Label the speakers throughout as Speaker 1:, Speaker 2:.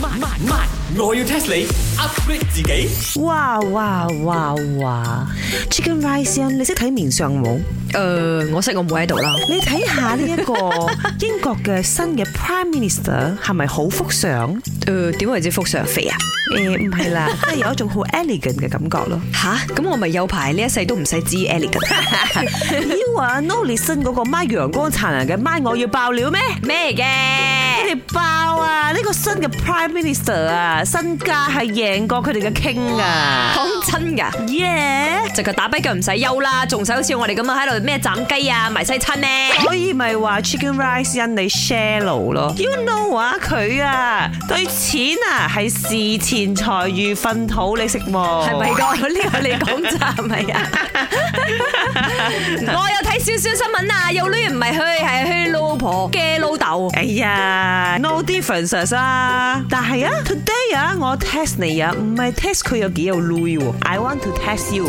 Speaker 1: 慢慢慢，我要 test 你 upgrade 自己。
Speaker 2: 哇哇哇哇！Chicken Rice 啊，你識睇面相冇？
Speaker 3: 誒，呃我識我妹喺度啦。
Speaker 2: 你睇下呢一 個英國嘅新嘅 Prime Minister 係咪好福相？
Speaker 3: 誒，呃點為之腹上肥啊？
Speaker 2: 誒唔係啦，即係有一種好 elegant 嘅感覺咯。
Speaker 3: 吓，咁我咪有排呢一世都唔使知 Ellie 㗎
Speaker 2: You are no listen 嗰個媽陽光燦爛嘅媽，我要爆料咩？
Speaker 3: 咩嘅？
Speaker 2: 你哋爆啊！呢個新嘅 Prime Minister 啊，身家係贏過佢哋嘅 King 啊！
Speaker 3: 講真㗎。
Speaker 2: 耶！
Speaker 3: 直頭打跛腳唔使憂啦，仲使好似我哋咁樣喺度咩斬雞啊、埋西餐呢？
Speaker 2: 所以咪話 Chicken Rice 因你 shallow 咯，You know 啊佢啊對錢啊係視錢財如糞土，你食冇？
Speaker 3: 係咪噶？呢個你講咋係咪 啊？我有睇少少新聞啊，有女唔係去，係去老婆嘅老豆。
Speaker 2: 哎呀，no differences 啊！但係啊，today 啊，我 test 你啊，唔係 test 佢有幾有女喎，I want to test you。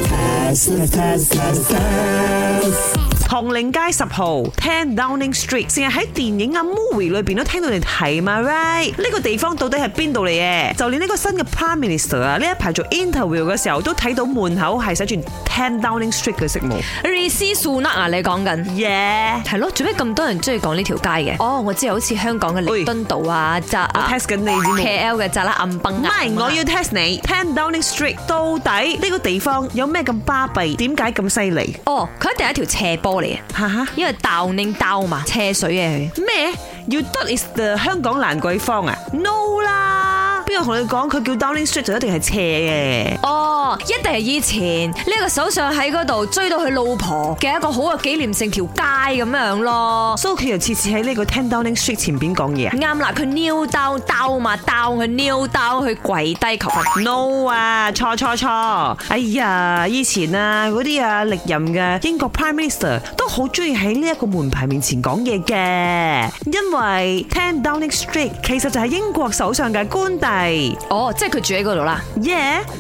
Speaker 2: 唐寧街十號，Ten Downing Street，成日喺電影啊 movie 裏邊都聽到你提嘛，right？呢個地方到底係邊度嚟嘅？就連呢個新嘅 Prime Minister 啊，呢一排做 interview 嘅時候都睇到門口係寫住 Ten Downing Street 嘅色目。
Speaker 3: Rishi Sunak 啊，你講緊？
Speaker 2: Yeah，
Speaker 3: 係咯，做咩咁多人中意講呢條街嘅？哦，我知，好似香港嘅
Speaker 2: 喂
Speaker 3: 彌敦道啊，扎
Speaker 2: 我
Speaker 3: 啊
Speaker 2: test 緊你知冇
Speaker 3: K L 嘅扎啦暗崩
Speaker 2: 唔
Speaker 3: 啊。
Speaker 2: 係，我要 test 你。Ten Downing Street 到底呢個地方有咩咁巴閉？點解咁犀利？
Speaker 3: 哦，佢一定係一條斜坡嚟嘅，
Speaker 2: 哈哈，
Speaker 3: 因為 Downing Down 嘛，斜水嘅佢。
Speaker 2: 咩？You thought is the 香港蘭桂坊啊？No 啦，邊個同你講佢叫 Downing Street 就一定係斜
Speaker 3: 哦，一定係以前呢個首相喺嗰度追到佢老婆嘅一個好嘅紀念性條街咁樣咯
Speaker 2: 嘅？。所以佢又次次喺呢個 Ten Downing Street 前邊講嘢啊
Speaker 3: 啱啦，佢 kneel down down 嘛，down 佢 kneel down 去跪低求婚。
Speaker 2: ？No 啊，錯錯錯！哎呀，以前啊嗰啲啊歷任嘅英國 Prime Minister 都好中意喺呢一個門牌面前講嘢嘅，因為 Ten Downing Street 其實就係英國首相嘅官邸。
Speaker 3: 哦，即係佢住喺嗰度啦。
Speaker 2: 耶！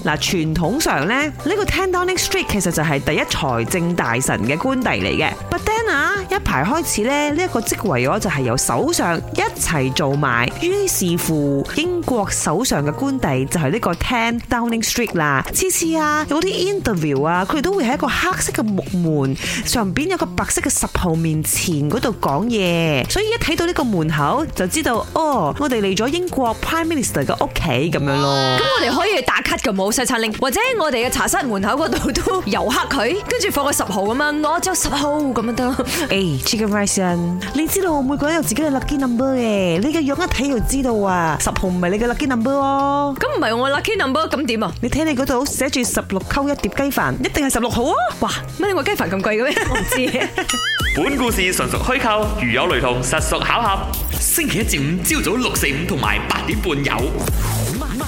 Speaker 2: 嗱，傳統上咧，呢個 Ten Downing Street 其實就係第一財政大臣嘅官邸嚟嘅。But then 啊，一排開始咧，呢一個職位啊我就係由首相一齊做埋，於是乎英國首相嘅官邸就係呢個 Ten Downing Street 啦。次次啊，有啲 interview 啊，佢哋都會喺一個黑色嘅木門上邊有個白色嘅十號面前嗰度講嘢，所以一睇到呢個門口就知道，哦，我哋嚟咗英國 Prime Minister 嘅屋企咁樣咯
Speaker 3: 咁。我哋可以去打卡嘅冇西餐拎，或者我哋嘅茶室門口嗰度都 遊客佢，跟住放個十號咁樣，攞咗十號咁樣得咯。
Speaker 2: 誒，Chicken Rice 人，你知道每個人有自己嘅 lucky number 嘅，你嘅樣一睇就知道啊，十號唔係你嘅 lucky number 哦。
Speaker 3: 咁唔係我 lucky number 咁點啊？
Speaker 2: 你睇你嗰度寫住十六溝一碟雞飯，一定係十六號啊！哇，
Speaker 3: 乜你話雞飯咁貴嘅咩？我唔 知。
Speaker 4: 本故事純屬虛構，如有雷同，實屬巧合。
Speaker 1: 星期一至五朝早六四五同埋八點半有。慢慢